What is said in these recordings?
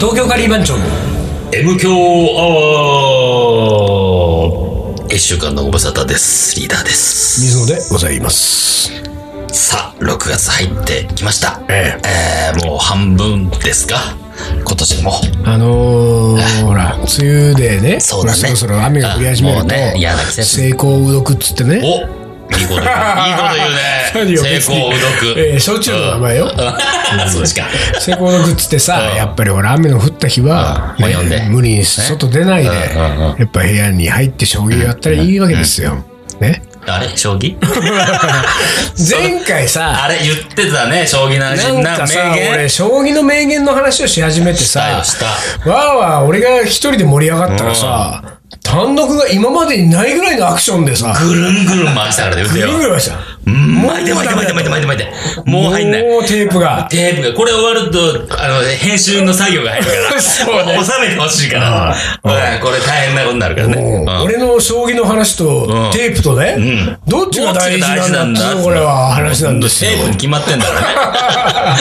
大番長の M 強アワー一週間のご無沙汰です。リーダーです。水野でございます。さあ、6月入ってきました。ええ。えー、もう半分ですか今年も。あのー、ほら、梅雨でね、そうだねほらそろそろ雨が降り始めるあもうね嫌な季と、節成功うどくっつってね。おいいこと言う。いいこと言う 何ね。よ成別に功うどく。ええ焼酎の名前ようん。そうですか。成功うどくっつってさ、やっぱりほら、雨の降った日は、うんもう呼んでね無理に外出ないで、やっぱ部屋に入って将棋をやったらいいわけですよ。ね。あれ将 棋前回さ、あれ言ってたね、将棋の話。なんかさ、名言俺、将棋の名言の話をし始めてしたさよ、した。わあわあ、俺が一人で盛り上がったらさ、単独が今までにないぐらいのアクションでさ、ぐるんぐるん回したからね、言ってぐよる。ぐるました。うん巻いて巻いて巻いて巻いて巻いて巻いて。もう入んない。もうテープが。テープが、これ終わると、あの、編集の作業が入るから、そうね収めてほしいから、うんこれ大変なことになるからね。もううん俺の将棋の話とんテープとね、うんどっちが大事なんだっていうこれは話なんですよテ。ープに決まってんだからね。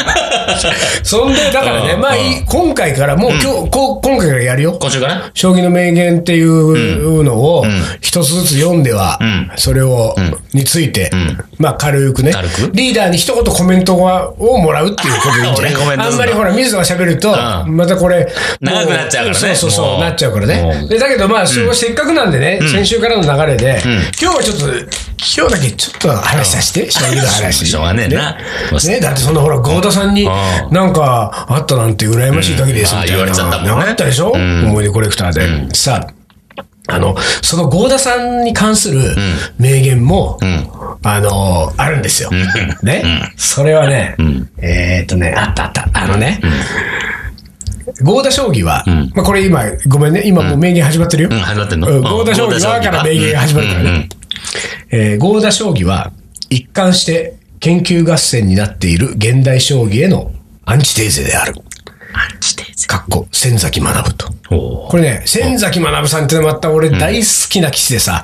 そんで、だからね、うんまあいい、今回から、もう今日、こ今回からやるよ。今週かな将棋の名言っていうのを一つずつ読んでは、それを、について、まあ軽くね軽くリーダーに一言コメントがをもらうっていうことでいいんじゃない 俺コメンあんトするのまりほら水野が喋ると、うんまたこれ長くなっちゃうからねそうそうそもううなっちゃうからねもうでだけどまあ、それはせっかくなんでね、先週からの流れで、今日はちょっと今日だけちょっと話させて、将棋の話。しょうがねえなもうね、だってそんなほら、郷田さんにんなんかあったなんて羨ましい限りですみたいな。うんあ言われちゃったもんねなかったでしょ、思い出コレクターで。さあ、あの、その郷田さんに関する名言も、あの、あるんですよ。ね、それはね、えーっとね、あったあった。あのね、郷田将棋は、まあこれ今、ごめんね、今もう名言始まってるよ。うん、始まってんのうんゴーダ将棋はから名言が始まるからね。。えー、ゴーダ将棋は一貫して研究合戦になっている現代将棋へのアンチテーゼである。アンチテーゼ。かっこ、千崎学と。おーこれね、千崎学さんってのはまた俺大好きな棋士でさ、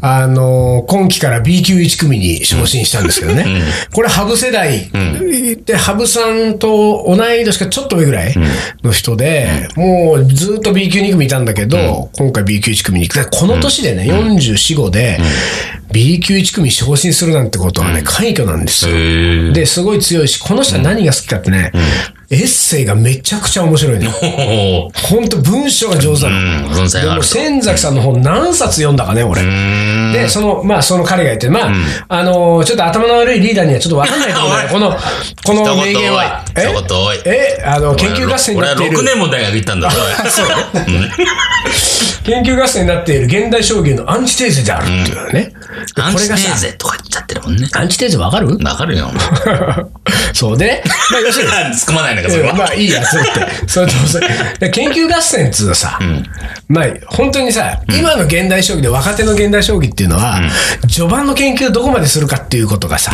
あのー今期から B 級1組に昇進したんですけどね。これ、羽生世代、で、羽生さんと同い年かちょっと上ぐらいの人で、もうずっと B 級2組いたんだけど、今回 B 級1組に行く。この年でね、44、5で、B 級1組に昇進するなんてことはね、快挙なんですよ。へーで、すごい強いし、この人は何が好きかってね、エッセイがめちゃくちゃ面白いね。おー本当文章が上手なの。うん、文才でがあもると。千崎さんの本何冊読んだかね、俺。で、その、まあ、その彼が言って、まあ、あのーちょっと頭の悪いリーダーにはちょっとわかんないと思うお ねいこの、こ一の名言言多いは。。一言多い。え、えあの、研究合戦に俺なはっている6、年も大学行ったんだぞ。俺研究合戦になっている現代将棋のアンチテーゼであるっていうね。でアンこれチテがーさ、ゼとか言っちゃってるもん ね。アンチテーゼわか るわか るよ。そうで、まあ、要するに、突っ込まないのか、それえは。まあいいや、 そうって。それとそれで研究合戦っつうのはさ、まあ本当にさ、今の現代将棋で若手の現代将棋っていうのは、序盤の研究をどこまでするかっていうことがさ、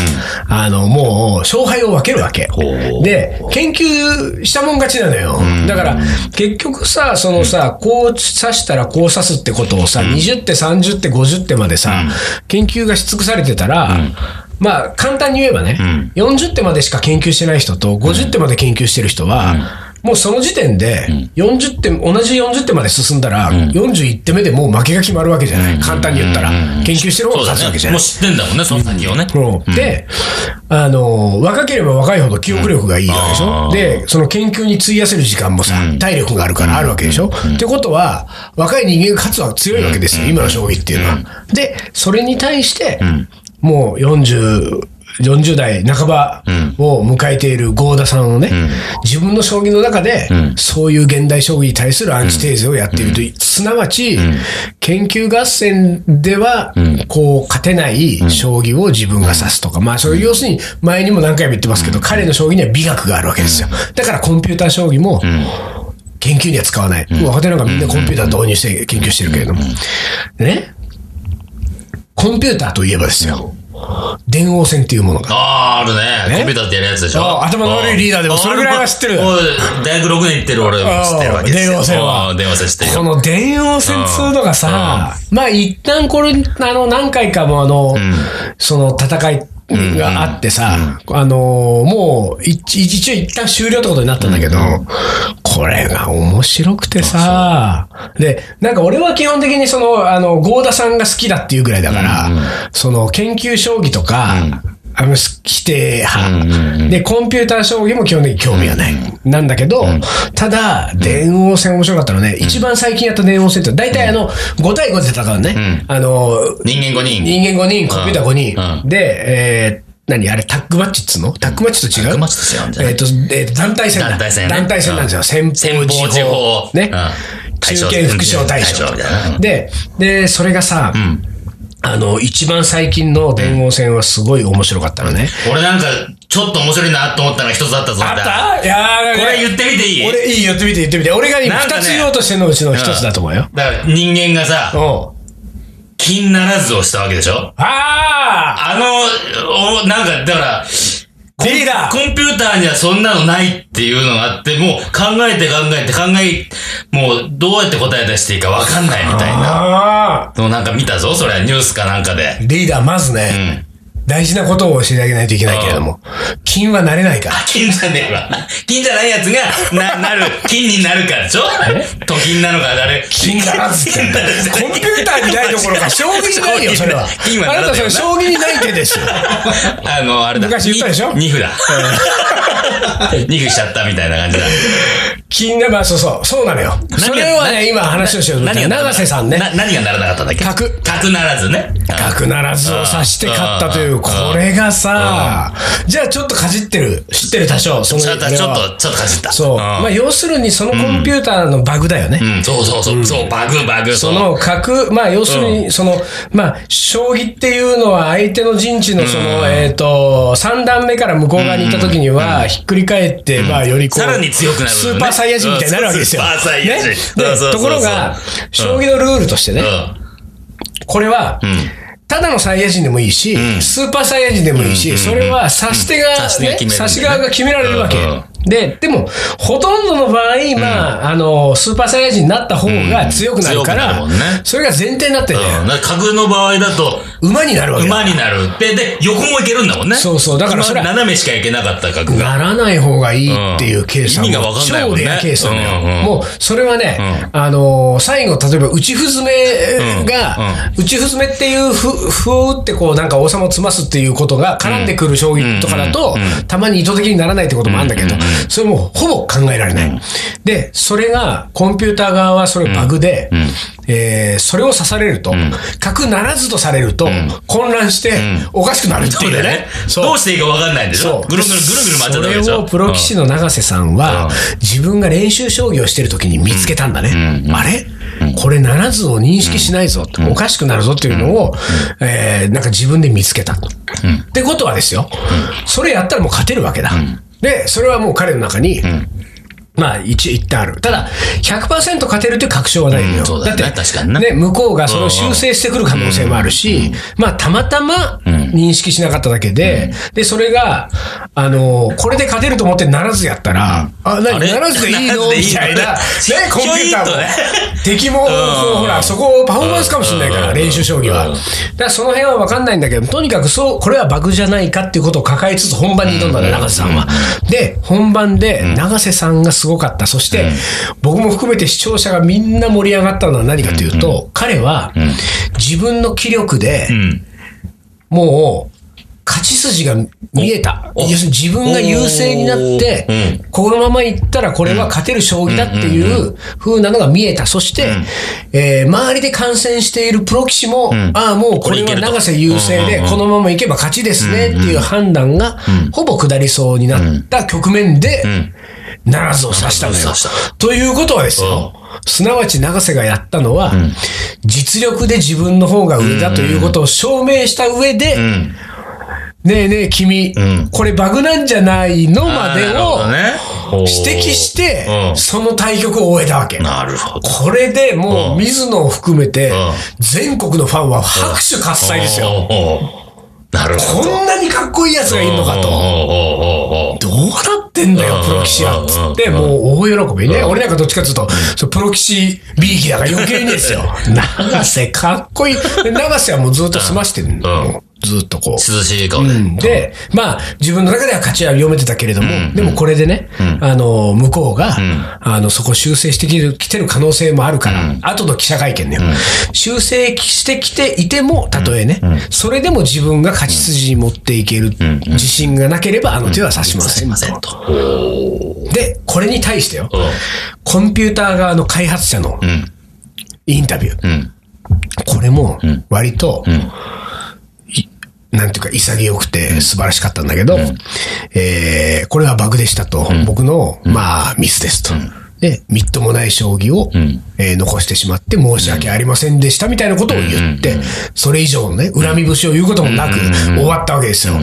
あの、もう勝敗を分けるわけほ。うで、研究したもん勝ちなのよ。だから、結局さ、そのさ、こう指したらこう指すってことをさ、20手、30手、50手までさ、研究がし尽くされてたら、まあ、簡単に言えばね、40手までしか研究してない人と、50手まで研究してる人は、もうその時点で、40手、同じ40手まで進んだら、41手目でもう負けが決まるわけじゃない。簡単に言ったら。研究してる方そがうだ勝つわけじゃね。なも。いう知ってんだもんね、その先をね。うんで、あの、若ければ若いほど記憶力がいいわけでしうんあょーで、その研究に費やせる時間もさ、体力があるからあるわけでしょってことは、若い人間が勝つは強いわけですよ、今の将棋っていうのは。で、それに対して、もう40、40代半ばを迎えている郷田さんをね、自分の将棋の中で、そういう現代将棋に対するアンチテーゼをやっていると、すなわち、研究合戦では、こう、勝てない将棋を自分が指すとか、まあ、そういう、要するに、前にも何回も言ってますけど、彼の将棋には美学があるわけですよ。だから、コンピューター将棋も、研究には使わない。若手なんかみんなコンピューター導入して研究してるけれども。ねコンピューターといえばですよ。電王戦っていうものが。ああ、あるね。コンピューターってやるやつでしそうょ。頭の悪いリーダーでもそれぐらいは知ってるうんおい大学6年行ってる俺も知ってるわけですよ。電話線はうん電話線知ってるこよ。の電王戦っつうのがさ、まあ一旦これ、あの、何回かもあの、その戦い、があってさ、あのーもう、一一応一旦終了ってことになったんだけど、これが面白くてさ、で、なんか俺は基本的にその、あの、合田さんが好きだっていうぐらいだから、その、研究将棋とか、あの、否定派、で、コンピューター将棋も基本的に興味がない。なんだけど、ただ、電王戦面白かったのね、一番最近やった電王戦って、大体あの、5対5で戦うね。あの、人間5人。人間5人、コンピューター5うん人。で、えー何あれ、タッグマッチっつうのタッグマッチと違うタッグマッチと違うんじゃないえっと、えー団体戦だ。団体戦ね団体戦なんですよ。先先方方地地方方。ねうん。中堅副将大将大将みたいなうんで、で、それがさ、あの、一番最近の電王戦はすごい面白かったのね。俺なんか、ちょっと面白いなと思ったのが一つあったぞ。あったいやーこれ言ってみていい俺、いい、言ってみて、言ってみて。俺が今なんか二ねつ言おうとしてるのうちの一つだと思うよ。だから人間がさ、おう金ならずをしたわけでしょああの、おなんか、だから、あリーダーコンピューターにはそんなのないっていうのがあって、もう考えて考えて考え、もうどうやって答え出していいかわかんないみたいあな。のなんか見たぞ、それニュースかなんかで。ーリーダー、まずね。うん。大事なことを教えてあげないといけないけれども、金はなれないから。金じゃねえわ。金じゃないやつが、な、なる、金になるからでしょと金なのか、誰金ならずって。コン金ピならュずーターにないどころか、 将棋にないよ、それは。金あはなならた、ずそよれ、な将棋にない手 ですよ。あの、あれだ。昔言ったでしょに二歩だ。二歩しちゃったみたいな感じだ。金な、まあ、そうそう、そうなのよ。がそれはね、今話をしようと思って、な長瀬さんね、な何がならなかったんだっけ角角ならずね。角ならずを指して勝ったというう、んこれがさ、じゃあちょっとかじってる、知ってる多少、そのちょっと、ちょあっれはと、ちょっとかじった。そう。んまあ、要するにそのコンピューターのバグだよね。うん、そうそうそう、そう、バグ、バグ、その角、まあ要するに、その、まあ、将棋っていうのは相手の陣地のその、えっと、3段目から向こう側に行った時には、ひっくり返って、まあよりこう、さらに強くなるのねスーパーサイヤ人みたいになるわけですよ。うんスーパーサイヤ人ねそうそうそうそで、うところが、うん将棋のルールとしてねう、ん。これは、ただのサイヤ人でもいいし、スーパーサイヤ人でもいいし、それは指し手が、うん指し手がね、決める指し側が決めらんだよねれるわけうん。で、でも、ほとんどの場合、まあ、あの、スーパーサイヤ人になった方が強くなるかうらん強くなるもんね、それが前提になってんだようん。だから角の場合だと、馬になるわけだ。馬になる。で、で、横もいけるんだもんね。そうそうだからそれは今斜めしかいけなかった角なが。らない方がいいっていう計算うん意味が分かんないもんね超レアケースなのよ。うんうんもう、それはね、あのー最後、例えば、打ちふずめが、打ちふずめっていうふ歩を打って、こう、なんか王様を詰ますっていうことが絡んでくる将棋とかだと、たまに意図的にならないってこともあるんだけど、それもうほぼ考えられない。で、それが、コンピューター側はそれバグで、えーそれを刺されると、角ならずとされると、混乱して、おかしくなるっていうね。そうどうしていいか分かんないんでしそょう。ぐるんぐるんぐるんぐるん回っちゃったわけでしそょ。れをプロ棋士の永瀬さんは、自分が練習将棋をしてる時に見つけたんだね。あれこれならずを認識しないぞ、おかしくなるぞっていうのを、えーなんか自分で見つけた。ってことはですよ、それやったらもう勝てるわけだ。で、それはもう彼の中に、まあ、一、一旦ある。ただ、100%勝てるという確証はないのよ。うんそうだよねって、確かになね、向こうがそれを修正してくる可能性もあるし、まあ、たまたま認識しなかっただけで、で、それが、あの、これで勝てると思ってならずやったら、あ、なあに、れならずでいいのならずでいみいのたいな、ね、コンピューターもひょいっとね。敵も、うんほら、そこパフォーマンスかもしれないかうら、ん練習将棋は。うんだからその辺は分かんないんだけど、とにかくそう、これはバグじゃないかっていうことを抱えつつ本番に挑んだね、永瀬さんは。で、本番で永瀬さんがすごかった。そして、僕も含めて視聴者がみんな盛り上がったのは何かというと、彼は、自分の気力で、んもう、勝ち筋が見えた。お要するに自分が優勢になっておー、このままいったらこれは勝てる将棋だっていう風なのが見えた。そして、えー周りで観戦しているプロ棋士も、ああ、もうこれは永瀬優勢で、このままいけば勝ちですねっていう判断が、ほぼ下りそうになった局面で、ならずを指したのなよらずを指し。ということはですよ、すなわち永瀬がやったのは、実力で自分の方が上だということを証明した上で、ねえねえ君、これバグなんじゃないのまでをを指摘して、うんその対局を終えたわけ。なるほど。これでもう、水野を含めて、全国のファンは拍手喝采ですよ。おーおーなるほこど。んなにかっこいいやつがいるのかおーと。おーおーおーどうなってんだよ、プロ棋士は。つって、もう大喜びね。俺なんかどっちかっていうと、そうプロ棋士 B 期だから余計にですよ。長瀬かっこいい。で長瀬はもうずっと済ましてるの。うんずっとこう。涼しい顔で。うんで、まあ、自分の中では勝ちは読めてたけれども、うんでもこれでね、あの、向こうが、あの、そこ修正してきてるきてる可能性もあるから、後の記者会見ね、修正してきていても、たとえね、それでも自分が勝ち筋に持っていける自信がなければ、あの手は指しませんと。で、これに対してよ、うんコンピューター側の開発者のんインタビュー。うん。これも割と、いなんていうか潔くて素晴らしかったんだけど、えーこれはバグでしたと、僕の、まあ、ミスですと。で、みっともない将棋を、えー残してしまって申し訳ありませんでしたみたいなことを言って、それ以上のね、恨み節を言うこともなく終わったわけですよ。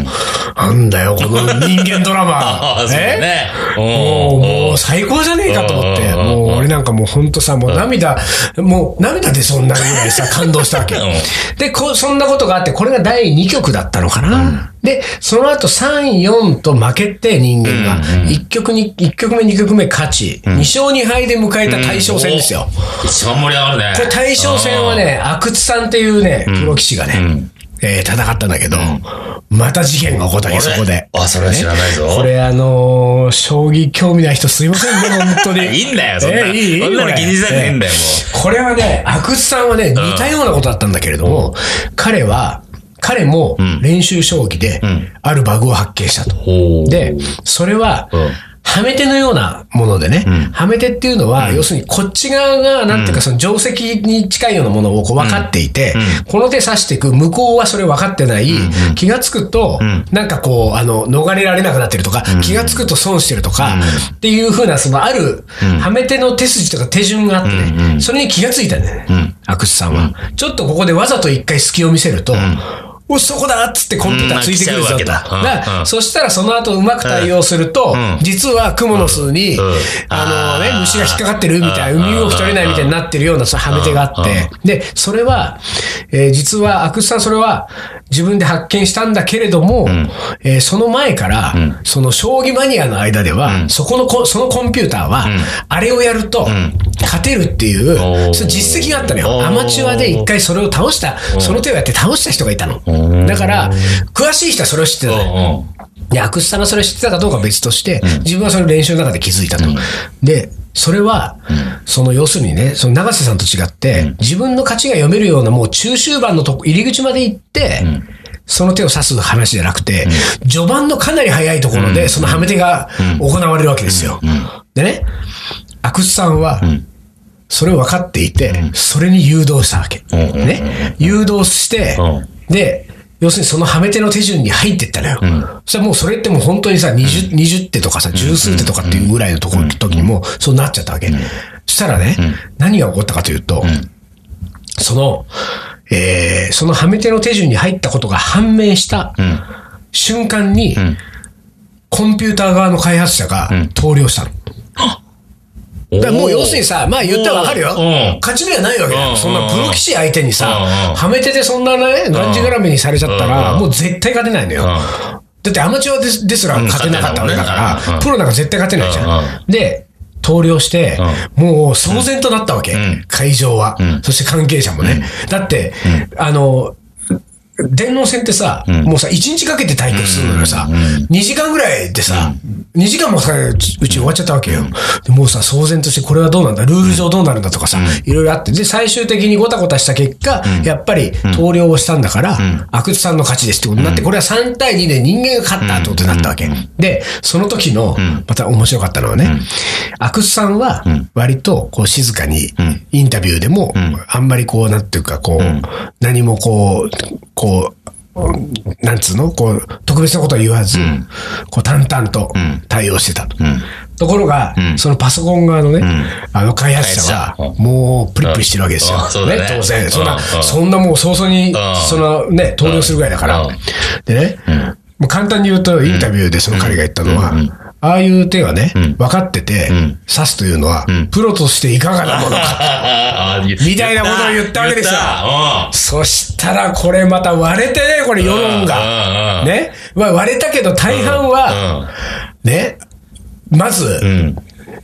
なんだよ、この人間ドラ あマあ、。そうだえね。もう、もうう最高じゃねえかと思って、うんうんうんもう俺なんかもうほんとさ、もう涙、もう涙出そうになるぐらいさ、感動したわけよん。で、こう、そんなことがあって、これが第2局だったのかな。で、その後3、4と負けて人間が、1局に、一局目、2局目勝ち、2勝2敗で迎えた大将戦ですよ。ん。一番盛り上がるね。これ大将戦はね、阿久津さんっていうね、プロ棋士がね、えー戦ったんだけど、また事件が起こったわけ、あれそこで。あそれは知らないぞねこれ、あのー将棋興味ない人すいませんね、本当に。 いいんだよ、そんな。えーいいいいそんなこのれ気にしなくていいんだよ、もう。これはね、阿久津さんはね、似たようなことだったんだけれども、彼は、彼も練習将棋で、あるバグを発見したと。ほうで、それは、うんはめ手のようなものでね、はめ手っていうのは、要するにこっち側が、なんていうか、その定石に近いようなものをこう分かっていて、この手指していく、向こうはそれ分かってない、気がつくと、なんかこう、あの、逃れられなくなってるとか、気がつくと損してるとか、っていうふうな、そのある、はめ手の手筋とか手順があってね、それに気がついたんだよね、阿久津さんは。ちょっとここでわざと一回隙を見せると、おそこだっつってコンピューターついてくるぞうと。ん来ちゃだうわけだうんからうんそしたらその後うまく対応すると、ん実はクモの巣に、んあのねあ、ー虫が引っかかってるみたいな、うん身動き取れないみたいになってるようなさ、はめ手があって。で、それは、えー実は、阿久津さんそれは自分で発見したんだけれども、えーその前から、その将棋マニアの間では、そこのこ、そのコンピューターは、あれをやると、勝てるっていう、おーそういう実績があったのよ。おーアマチュアで一回それを倒した、その手をやって倒した人がいたの。だから、詳しい人はそれを知ってたのよ。で、アクスタがそれを知ってたかどうかは別として、自分はそれを練習の中で気づいたと。で、それは、その要するにね、その永瀬さんと違って、自分の勝ちが読めるようなもう中終盤のとこ入り口まで行って、その手を指す話じゃなくて、序盤のかなり早いところで、そのはめ手が行われるわけですよ。でね、阿久津さんは、それを分かっていて、それに誘導したわけ。うんね。誘導して、うんで、要するにそのはめ手の手順に入ってったのよ。そしたらもうそれってもう本当にさ、20, 20手とかさ、十数手とかっていうぐらいのとこ、時にもうそうなっちゃったわけ。そしたらね、何が起こったかというと、その、えーそのはめ手の手順に入ったことが判明した瞬間に、コンピューター側の開発者が投了したの。うん。だからもう要するにさ、まあ言ったらわかるようん。勝ち目はないわけだうよ。んそんなプロ棋士相手にさ、うんはめててそんなね、がんじがらめにされちゃったら、うんもう絶対勝てないのよ。うだってアマチュアですですら勝てなかったわけだかうんら、うんプロなんか絶対勝てないじうんゃん。で、投了して、もう騒然となったわけ。会場は、そして関係者もね。だって、あの、電脳戦ってさ、もうさ、1日かけて対決するのよさ、2時間ぐらいでさ、2時間もさ、うち終わっちゃったわけよ。でもうさ、騒然としてこれはどうなんだ、ルール上どうなるんだとかさ、いろいろあって、で、最終的にごたごたした結果、やっぱり投了をしたんだから、阿久津さんの勝ちですってことになって、これは3対2で人間が勝ったってことになったわけ。で、その時の、また面白かったのはね、阿久津さんは、割とこう静かに、インタビューでも、あんまりこう、なんていうか、こう、何もこう、こう、なんつうのこう、特別なことは言わず、こう、淡々と対応してたと。ところが、そのパソコン側のね、あの開発者は開発、もうプリップリしてるわけですようん。そうだね当然。そんうな、んうんそんなもう早々にん、そのね、投了するぐらいだからうん。でね、もう簡単に言うと、インタビューでその彼が言ったのは、ああいう手はね、分かってて、指すというのは、プロとしていかがなものか。ああ言ったみたいなことを言ったわけですよ言ったそしたら、これまた割れてね、これ世うん論が。うんうんね。まあ割れたけど、大半は、ね、まず、うん。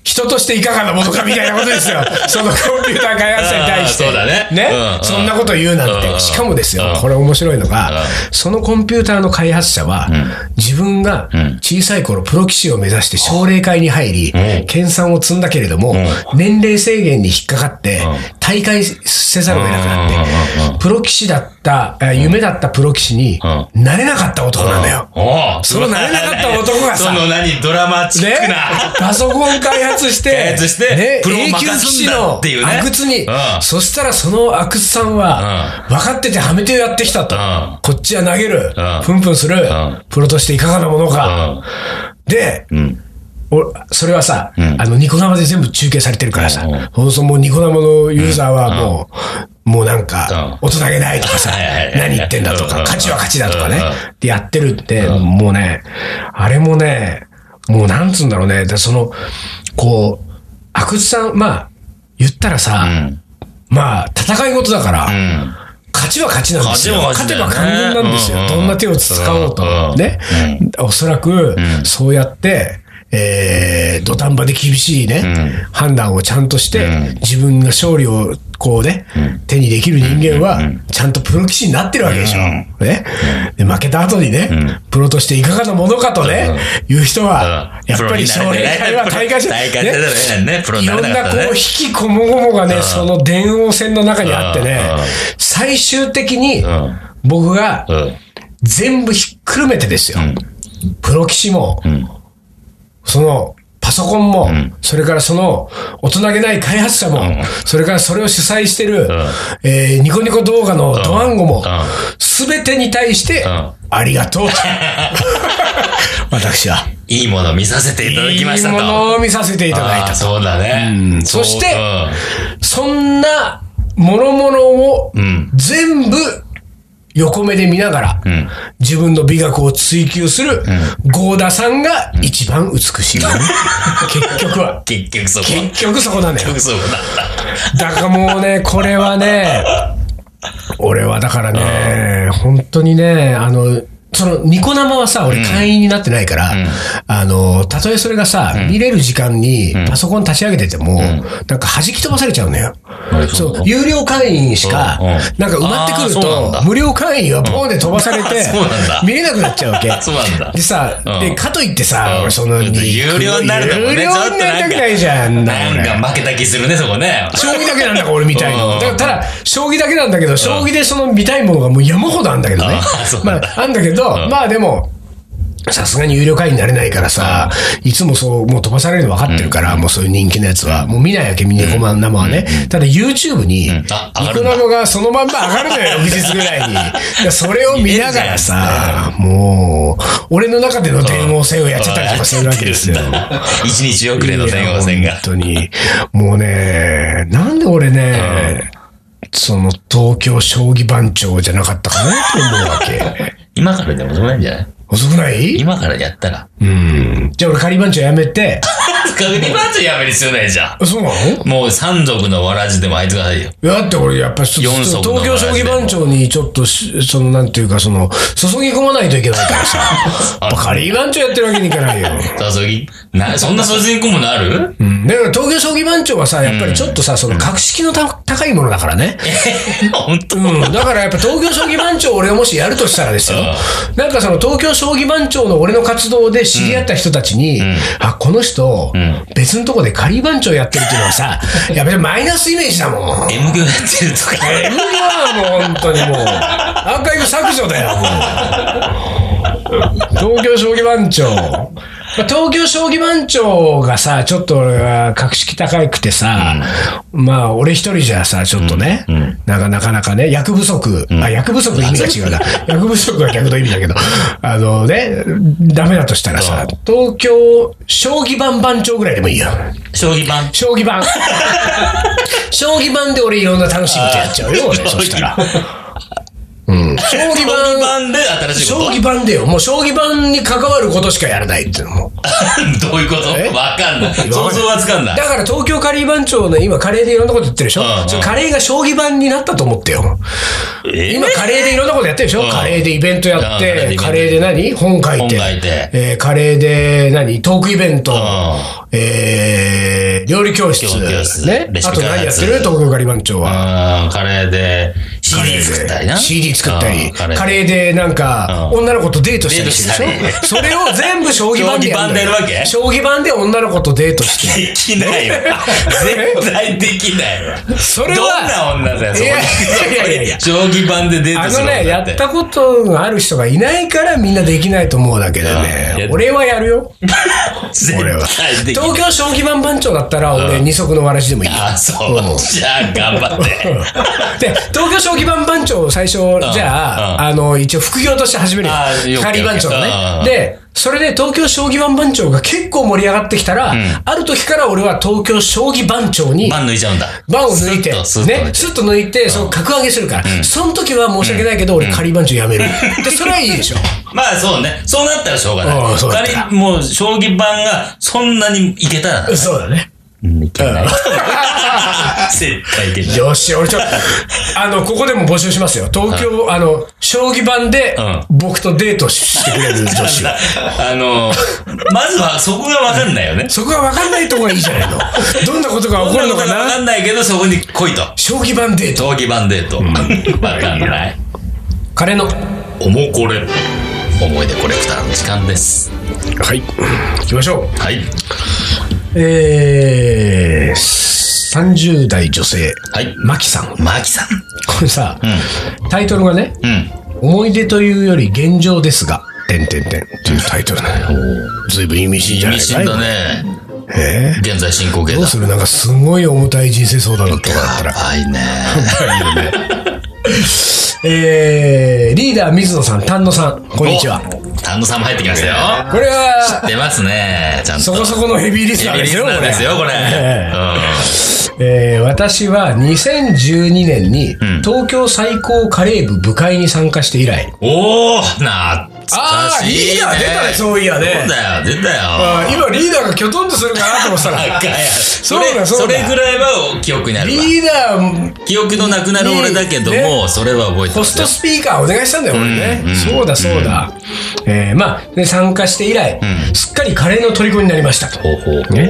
人としていかがなものかみたいなことです よ。そのコンピューター開発者に対して。あーそうだねうんうんそんなこと言うなんうんうんて。しかもですよ、これ面白いのが、そのコンピューターの開発者は、自分が小さい頃プロ棋士を目指して奨励会に入り、研鑽を積んだけれども、年齢制限に引っかかって、大会せざるを得なくなうんうっんて、プロ棋士だった、あ夢だったプロ棋士にうんなれなかった男なんだよ。おうその慣れなかった男がさその何、ドラマチッねクな。、パソコン開発して、開発してね、プロを A 級任棋すん士だのっていうね阿久津に、うんそしたらその阿久津さんは、分かっててはめてやってきたと。うんこっちは投げる、うんプンプンする、んプロとしていかがなものか。で、おそれはさ、あの、ニコ生で全部中継されてるからさ、うん放送もニコ生のユーザーはもう、もうなんか、う大人げないとかさ はいはいは、い何言ってんだとうんか、勝ちは勝ちだとかねうん、でやってるって、もうね、あれもね、もうなんつうんだろうね、でその、こう、阿久津さん、まあ、言ったらさ、うん。まあ、戦い事だから、うん。勝ちは勝ちなんですよ。勝勝ちてはば勝ち完だ全よねなんですうんよ。どんな手を使おううと。んね。おそらく、そうやって、えー、土壇場で厳しいね、判断をちゃんとして、自分が勝利をこうね、手にできる人間は、ちゃんとプロ棋士になってるわけでしょ。ね。で、負けた後にね、プロとしていかがなものかとね、いう人は、やっぱり勝利会は大会じゃ大会ねじゃないね。プロにいなろれんななかったこう、ね引。きこもごもがね、その電王戦の中にあってねうんうん、最終的にん僕がうん。全部ひっくるめてですよ。プロ棋士も、その、パソコンも、それからその、大人げない開発者も、それからそれを主催してる、えーニコニコ動画のドワンゴもん、すべてに対して、んありがとうと。 私は。いいもの見させていただきましたと。いいものを見させていただいあたー。そうだね。そしてうそんなもろもろをん全部横目で見ながら、自分の美学を追求する合田さんが一番美しいのね、結局はん。結局そこ。結結局そこなんだよ局そこだった。だからもうねこれはね俺はだからね本当にねあのそのニコ生はさ、俺会員になってないから、あの、たとえそれがさ、見れる時間にパソコン立ち上げてても、なんか弾き飛ばされちゃうのよ。そう、有料会員しかうんうん、なんか埋まってくるあーそうなとんだ、無料会員はポーンで飛ばされうんて そうなんだ、見れなくなっちゃうわけ。そうなんだでさうん、で、かといってうんさ、俺その、有料になるともね有料になりたくないじゃん。なんか負けた気するね、そこね。将棋だけなんだか俺みたいうんな。だからただ、将棋だけなんだけど、将棋でその見たいものがもう山ほどあんだけどねあそう。なまんだあ、あんだけど、まあでも、さすがに有料会員になれないからさ、いつもそう、もう飛ばされるの分かってるから、もうそういう人気のやつは、もう見ないわけ、みんなこまん生はね。ただ YouTube に、ニあ上がるコんだ生がそのまんま上がるのよ、翌日ぐらいに。でそれを見ながらさ、もう、俺の中での電王戦をやっちゃったりとかするわけ ですよ。一日遅れの電話線いがや。本当に。もうね、なんで俺ね、その東京将棋番長じゃなかったかなって思うわけ。 今からでもそうなんじゃない遅くない今からやったら。うん。じゃあ俺仮番長やめて。確認まずやめる必要ないじゃん。あそうなのもう三族のわらじでもあいつがいよ。いやだって俺やっぱちょっ四足との東京将棋番長にちょっとし、そのなんていうかその、注ぎ込まないといけないから さ。やっぱ仮番長やってるわけにいかないよ。さあ、そぎ、な、そんな卒業ものあるうん。だから東京将棋番長はさ、やっぱりちょっとさ、その格式のた高いものだからね。本当うん、だからやっぱ東京将棋番長を俺がもしやるとしたらですよ、なんかその東京将棋番長の俺の活動で知り合った人たちに、あ、この人、別のとこで仮番長やってるっていうのはさ、やべ、マイナスイメージだもん。 M 響やってるとか。うわもう本当にもう、アーカイブ削除だよ、もう。東京将棋番長。まあ東京将棋番長がさ、ちょっと俺は格式高くてさ、まあ俺一人じゃさ、ちょっとね、なんかなかなかね、役不足、あ、役不足の意味が違うな。役不足は逆の意味だけど、あのね、ダメだとしたらさ、東京将棋番番長ぐらいでもいいよ。将棋盤。将棋盤。 将棋盤で俺いろんな楽しみとやっちゃうよ、俺。そしたら。うん。将将棋棋盤、盤で新しいこ将と棋盤でよ。もう将棋盤に関わることしかやらないっていうのも。どういうことえわかんない。想像はつかんなだい。から東京カリー番長の今カレーでいろんなこと言ってるでしょ、うんうんそれカレーが将棋盤になったと思ってよ。え今、カレーでいろんなことやってるでしょ、うんカレーでイベントやっうて、んカレーで何本書いて。本書いてえーカレーで何トークイベント。えー料理教室。料理教室ねレ。シあピと開発何やってる東京ガリバン長は。うん、カレーで CD 作ったりな。 CD 作ったうり、んカカレーレーでなんか、うん女の子とデートしたりしてるデートでししたょそれを全部将棋盤でやんだよ。将棋盤でやる将棋盤わけで女の子とデートして。でき ないわ。絶対できないわ。それはどんな女だよ、そこいやいやいやいに。やそこに将棋盤でデーあトすのる女ね、やってったことがある人がいないからみんなできないと思うだけでうんいねや。俺はやるよ。絶俺は対できない東京将棋盤番長だったら俺二足のわらしでもいいよ。あ、そう。じゃあ、頑張 って。で、東京将棋盤番長を最初、じゃあ、あの、一応副業として始めるよあー。よく仮番長よくね。うんで、それで東京将棋盤番長が結構盛り上がってきたら、ある時から俺は東京将棋番長に、番抜いちゃうんだ。番を抜いて、スッとスッと抜いてね、スッと抜いて、その格上げするから、その時は申し訳ないけど、俺仮番長や める。で、それはいいでしょ。まあそうね。そうなったらしょうがうなんい。そうだった仮にもう、将棋盤がそんなにいけたら。そうだね。 うん、いけない。絶対いけない。よし、俺ちょっと、あの、ここでも募集しますよ。東京、あの、将棋盤でうん、僕とデートしてくれる女子を。あの、まずはそこがわかんないよね。 そこは分かんないとこがいいじゃない の。どんなことがそ起んこなるのことかがわかな。んないけど、そこに来いと。将棋盤デート。闘技版デート。わかんない。カレーの。おもこれ。思い出コレクターの時間です。はい。行きましょう。はい。えー、30代女性。はいマキさん。こマキさん。れさ、タイトルがね、うん。思い出というより現状ですが、てんてんてんっていうタイトルなのよ。ずいぶん意味深じゃない未か信いだね。えー現在進行形どうだ。するなんかすごい重たい人生相談だったからだ ったら。はいね。えー、リーダー水野さん、丹野さん、こんにちは。お。丹野さんも入ってきましたよ。これは、出ますね。ちゃんと。そこそこのヘビーリスナーリですスよ、ナーですよ、こえれ。えうえー私は2012年に東京最高カレー部部会に参加して以来、ん。おー、なあかーしい、ね。リーダー出たねそういやねそうだよ、出たよ。あー今リーダーがきょとんとするかなと思ってた バらカやそそうだれ、そうそだれぐらいは記憶にあるわ。リーダー記憶のなくなる俺だけどねも、それは覚えてホまスすよトスピーカーお願いしたんだよ、俺ね、うんうんそうだそうだ、えーまあで参加して以来、すっかりカレーの虜になりましたと、ほうほうほう。ね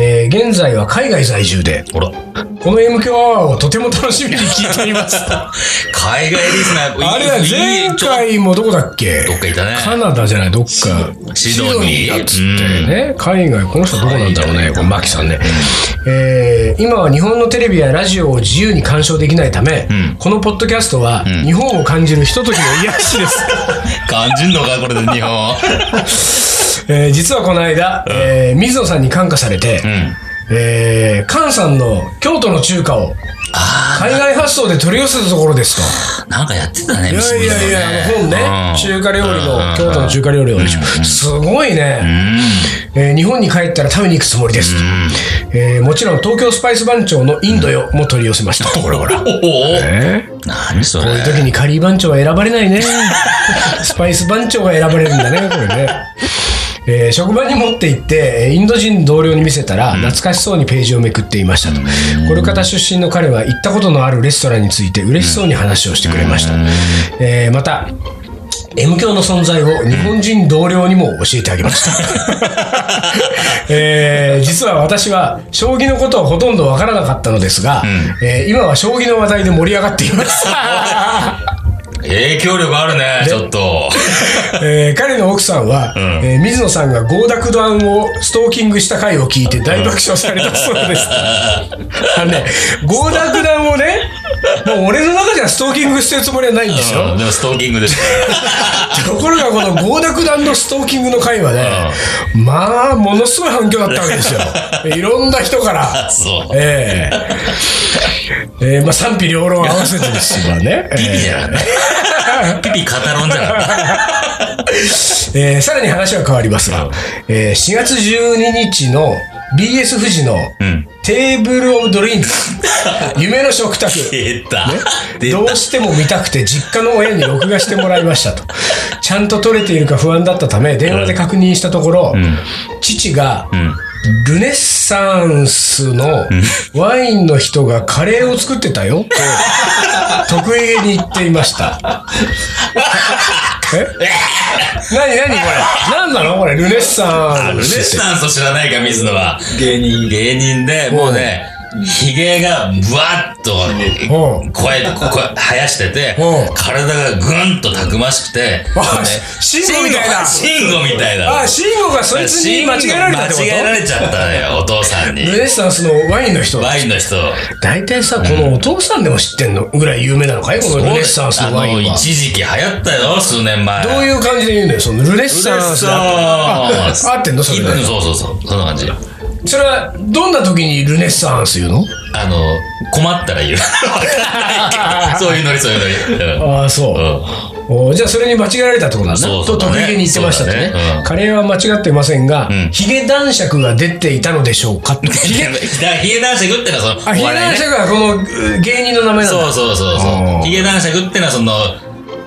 えー現在は海外在住でほら。この m k o アワーをとても楽しみに聞いております。海外リスナー、あれだ、いい前ちょっと回もどこだっけどっかいたね。カナダじゃない、どっか。シドニーだっつってね。海外、この人どこなんだろうね、このマキさんね。えー今は日本のテレビやラジオを自由に鑑賞できないため、このポッドキャストは、日本を感じるひとときの癒しです。 感じんのか、これで日本。えー実はこの間、えー水野さんに感化されて、えー菅さんの京都の中華をあ海外発想で取り寄せたところですと。あ、なんかやってたね、 いやいやいや、あの本ね、中華料理の、京都の中華料理の、すごいね、えー日本に帰ったら食べに行くつもりですと、えーもちろん東京スパイス番長のインドよも取り寄せました。ほらほら。華。おおえ何それこういう時にカリー番長は選ばれないね。スパイス番長が選ばれるんだね、これね。えー職場に持って行って、えーインド人同僚に見せたら、懐かしそうにページをめくっていましたと。コルカタ出身の彼は行ったことのあるレストランについて嬉しそうに話をしてくれました。えーまた、M 教の存在を日本人同僚にも教えてあげました。えー実は私は将棋のことはほとんどわからなかったのですが、えー今は将棋の話題で盛り上がっています。影響力あるね、ちょっと。えー彼の奥さんは、えー水野さんが合濁弾をストーキングした回を聞いて大爆笑されたそう です。あのね、合濁弾をね、もう俺の中ではストーキングしてるつもりはないんですよ。うんでもストーキングでしところがこの合濁弾のストーキングの回はね、まあ、ものすごい反響だったわけ ですよ。いろんな人からた。。 そう。えええーまあ、賛否両論合わせてですがね。ピピじゃなかった。 ピピカタロンじゃなかっえーさらに話は変わりますが、えー4月12日の BS 富士のんテーブルオブドリームズ、夢の食卓。た。出た。出どうしても見たくて実家の親に録画してもらいました と。ちゃんと撮れているか不安だったため、電話で確認したところ、父が、ルネッサンスのワインの人がカレーを作ってたよと、 得意げに言っていました。え何何これ何なのこれルネッサンルネッスって。サンスを知らないか、水野は。芸人芸人で、もうね、髭がぶわっと、うんこうやって、ここ生やしててう、ん体がぐんとたくましくて、あねシンゴみたいなシンゴみたいな。あ、シンゴがそいつに間違えられたってこ間違えられちゃったね、お父さんにと。ルネッサンスのワインの人。ワインの人。大体さ、このお父さんでも知ってんのぐらい有名なのかいこのルネッサンスのワインあのは。一時期流行ったよ、数年前。どういう感じで言うんだよ、そのルネッサンスだああ合ってんのそれでそうそうそう。そんな感じ。それは、どんな時にルネッサンス言うのあの、困ったら言う。わ かんないけどそういうノリ、そういうノリ。うんああ、そう。おじゃあそれに間違えられたってことなんだそうね。そうとだね得意げに言ってましたってねそうだねうんカレーは間違ってませんが、んヒゲ男爵が出ていたのでしょうかって。 ヒゲ、ヒゲ男爵ってのはその、あ、ヒゲ男爵がこのう芸人の名前なんだ。そうそうそうあそーう。ヒゲ男爵ってのはその、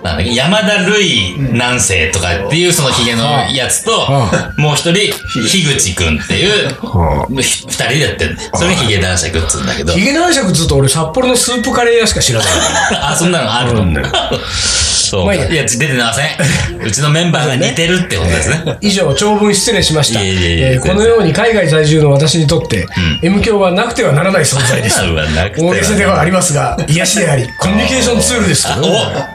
なんだっけ、山田るい南西とかっていうそのヒゲのやつとは、もう一人、樋口くんっていう、は二人でやってんだよそれがヒゲ男爵っつうんだけどヒ。ゲ男爵ずっと俺札幌のスープカレー屋しか知らない。 あ、そんなのあるのそう。まあいいいやや、出てません。うちのメンバーが似てるってことです ね。以上、長文失礼しました。いえいえいええーこのように海外在住の私にとって、M 教はなくてはならない存在です。 うわなくては大げさではありますが、癒しであり、コミュニケーションツールですけど、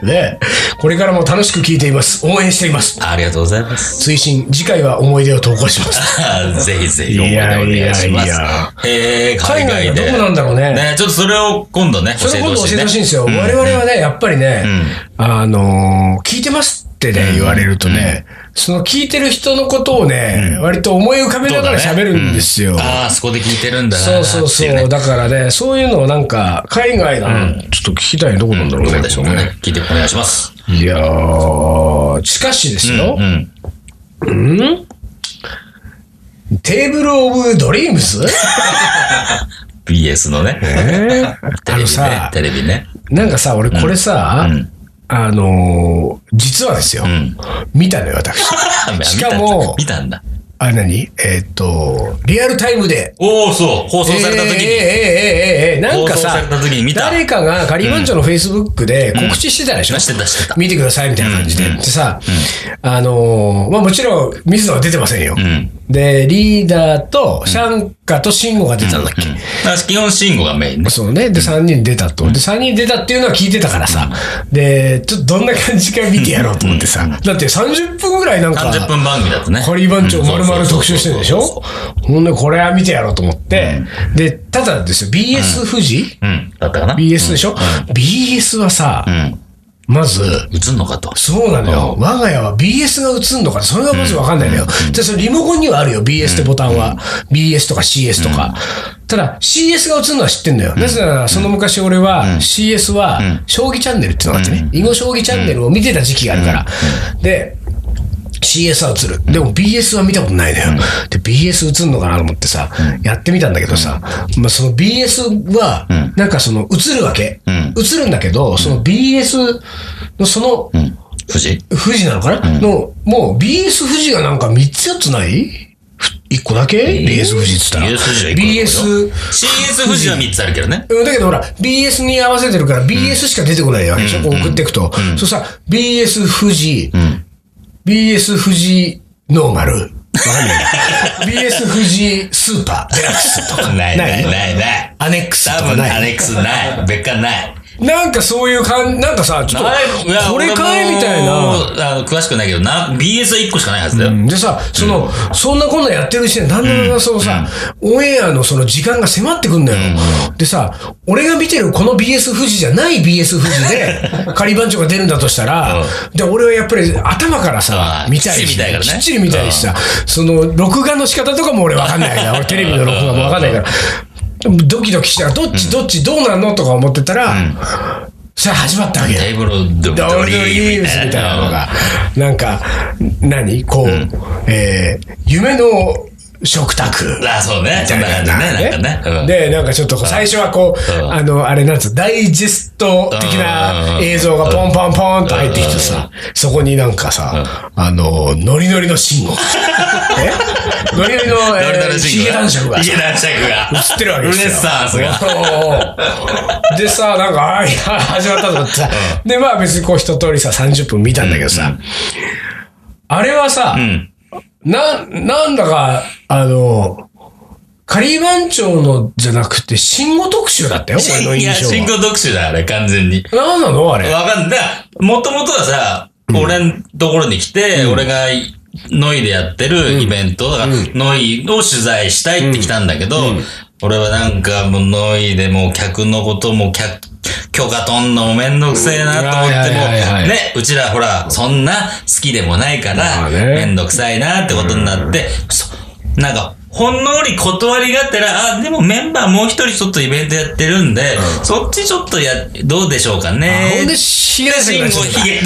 ね、これからも楽しく聞いています。応援しています。ありがとうございます。推進、次回は思い出を投稿します。ぜひぜひ、お願いしまいやいやいすや。えー、海 海外外はどで。こなんだろうね。ね、ちょっとそれを今度ね、教そえれて今ほ度教しいえね。てほしいんですよ。我々はね、やっぱりね、あのー聞いてますってね、言われるとね、その聞いてる人のことをね、割と思い浮かべながら喋るんですよ。ああ、そこで聞いてるんだなそうそうそう。っていねだからね、そういうのをなんか、海外の、ちょっと聞きたいとこなんだろうね。どうでしょうかね。聞いてお願いします。いやー、しかしですよ、うん。テーブルオブドリーム ズ BS のね。テあレのビねさ。、テレビね。なんかさ、俺これさ、うんあのー実はですよ、ん見たのよ、私。 しかも見たんだ。見たんだあれ何えーっと、リアルタイムで。おお、そう。放送された時えーえーに。えーえーえーなんか放送さされた時に見た誰かがガリバンチョのフェイスブックで告知してたでしょ、うんしてたしてた見てくださいみたいな感じで。でさ、あのーまあもちろん水野は出てませんよ。んで、リーダーとシャンカとシンゴが出たんだっけ、だから基本、慎吾がメインね。そうね。で、3人出たと。で、3人出たっていうのは聞いてたからさ。で、ちょっとどんな感じか見てやろうと思ってさ。だって30分ぐらいなんか、 30分番組だったね。カリー番長丸々特集してるでしょそうそうそうほんで、これは見てやろうと思って。で、ただですよ、BS 富士、そううん。だったかな。 ?BS でしょ、?BS はさ、うん。まず、映んのかと。そうなのよ。我が家は BS が映んのかなそれがまずわかんないのよ。で、そのリモコンにはあるよ。BS ってボタンは。BS とか CS とか。ただ、CS が映るのは知ってんだよ。なぜなら、その昔俺は、CS は、将棋チャンネルっていうのがあってね。囲碁将棋チャンネルを見てた時期があるから。で、CS は映る。でも BS は見たことないのよ。で、BS 映るのかなと思ってさ、やってみたんだけどさ、まあその BS は、なんかその映るわけ。ん映るんだけど、その BS のその、うん。富士富士なのかな、の、もう BS 富士がなんか3つ4つない ?1 個だけ、?BS 富士っつったら。 BS 富士は BS、 CS 富士は3つあるけどね。うんだけどほら、BS に合わせてるから BS しか出てこないわけでしょ、こう送っていくと。そしたら BS 富士、BS 富士ノーマル。わかん ないな。BS 富士スーパー、デラックスとか。ないないないない。アネックス多とか分ない。アネックスない。別館ない。なんかそういう感じ、なんかさ、ちょっとないや、これかいみたいな。俺もあの詳しくないけど、な、BS は1個しかないはずだよ。でさ、その、そんなこんなやってる時点で、だんだんだんだんそのさ、オンエアのその時間が迫ってくんだよ。でさ、俺が見てるこの BS 富士じゃない BS 富士 で、仮番長が出るんだとしたら、で、俺はやっぱり頭からさ、うん見たいきっちり見し、たいからねきっちり見たいしさ、その、録画の仕方とかも俺わかんないな。俺テレビの録画もわかんないから。ドキドキしながら、どっちどっちどうなんのとか思ってたら、さあ始まったわけよ。テーブルドドドリリーームみスたいみたいなのな。が、なんか、何こう、えー夢の食卓。あ、そうね。そんな感じね。なんかね。うん、で、なんかちょっとこう最初はこう、うんあの、あれなんつう、ダイジェスト的な映像がポンポンポンと入ってきてさ、そこになんかさ、あの、ノリノリの慎吾。えノリノリの、ノリノえリー、のシヒンゲグ男爵がヒ。ゲ男爵が。映ってるわけですよ。ルネッサンスが。そうでさ、なんか、あいや、始まったと思ってさ、で、まあ別にこう一通りさ、30分見たんだけどさ、あれはさ、うん。な、なんだか、あの、カリー番長のじゃなくて、慎吾特集だったよ、俺のいや、印象進は。行特集だ、あれ、完全に。なんなのあれ。わかんない。もともとはさ、俺のところに来て、俺がノイでやってるイベント、だからノイを取材したいって来たんだけど、俺はなんかもうノイでもう客のことも客、許可取んのもめんどくせえなと思うってんいやいやいやいもやう、ね、うちらほら、そんな好きでもないかまら、あねめんどくさいなってことになって、そなんか、ほんのり断りがあったら、あ、でもメンバーもう一人ちょっとイベントやってるんで、そっちちょっとや、どうでしょうかね。ほんで、ヒゲ男爵に慎な吾っ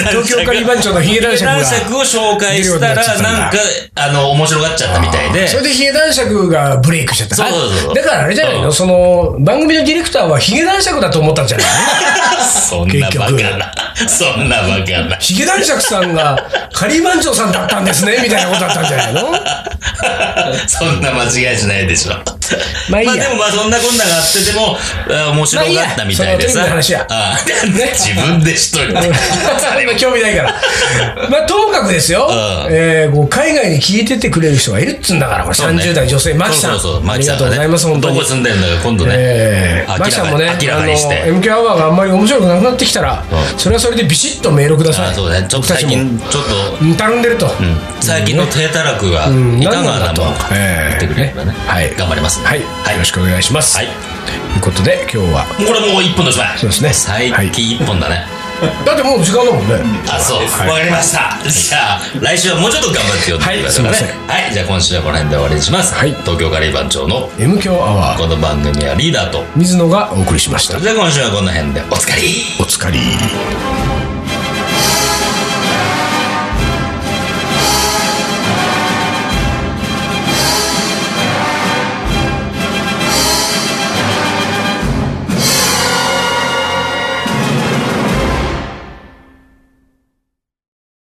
ちゃったヒゲ男爵。東京カリー番長のヒゲ男爵が。を紹介したら、なんか、あの、面白がっちゃったみたいで。それでヒゲ男爵がブレイクしちゃったなそうそうそうだからあれじゃないの、うんその、番組のディレクターはヒゲ男爵だと思ったんじゃない のそんなバカな。そんなバカな。ヒゲ男爵さんが、カリー番長さんだったんですね、みたいなことだったんじゃないのそんな間違いしないでしょ。まあいいやでもまあそんなこんながあってでも、あ面白かったみたいでさ。まあいいやそあ 自分でし といて。今興味ない から。まあ、ともかくですよ、うんえーこう海外に聞いててくれる人がいるっつうんだから、これそうね30代女性、マキさん。そうそうそう、あマキりさがんとうがございます、ね。本当どにこ。住んでるんだか今度えね。ー、マキさんもね、明らかにして。あの MQ アワーがあんまり面白くなくなってきたら、それはそれでビシッとメールくださあい。そうね。ちょっ僕とた最ちも近、ちょっと、うんたるんでると。最近の低たらくが、んいかがなものか、ええ言ってくれればね。はい頑張ります。はい、はよいろ。しくお願いします。はい。ということで、今日は。もうこれもう一本のしまい。そうですね最はい近一本だね。だってもう時間だもんね。あ、そう。いわかりました。じゃあ、来週はもうちょっと頑張ってよってくださいはいすいね。はい。じゃあ今週はこの辺で終わりにします。はい東京カリー番長の M 強アワー、この番組はリーダーと。水野がお送りしました。じゃあ今週はこの辺でおつかりお疲れ。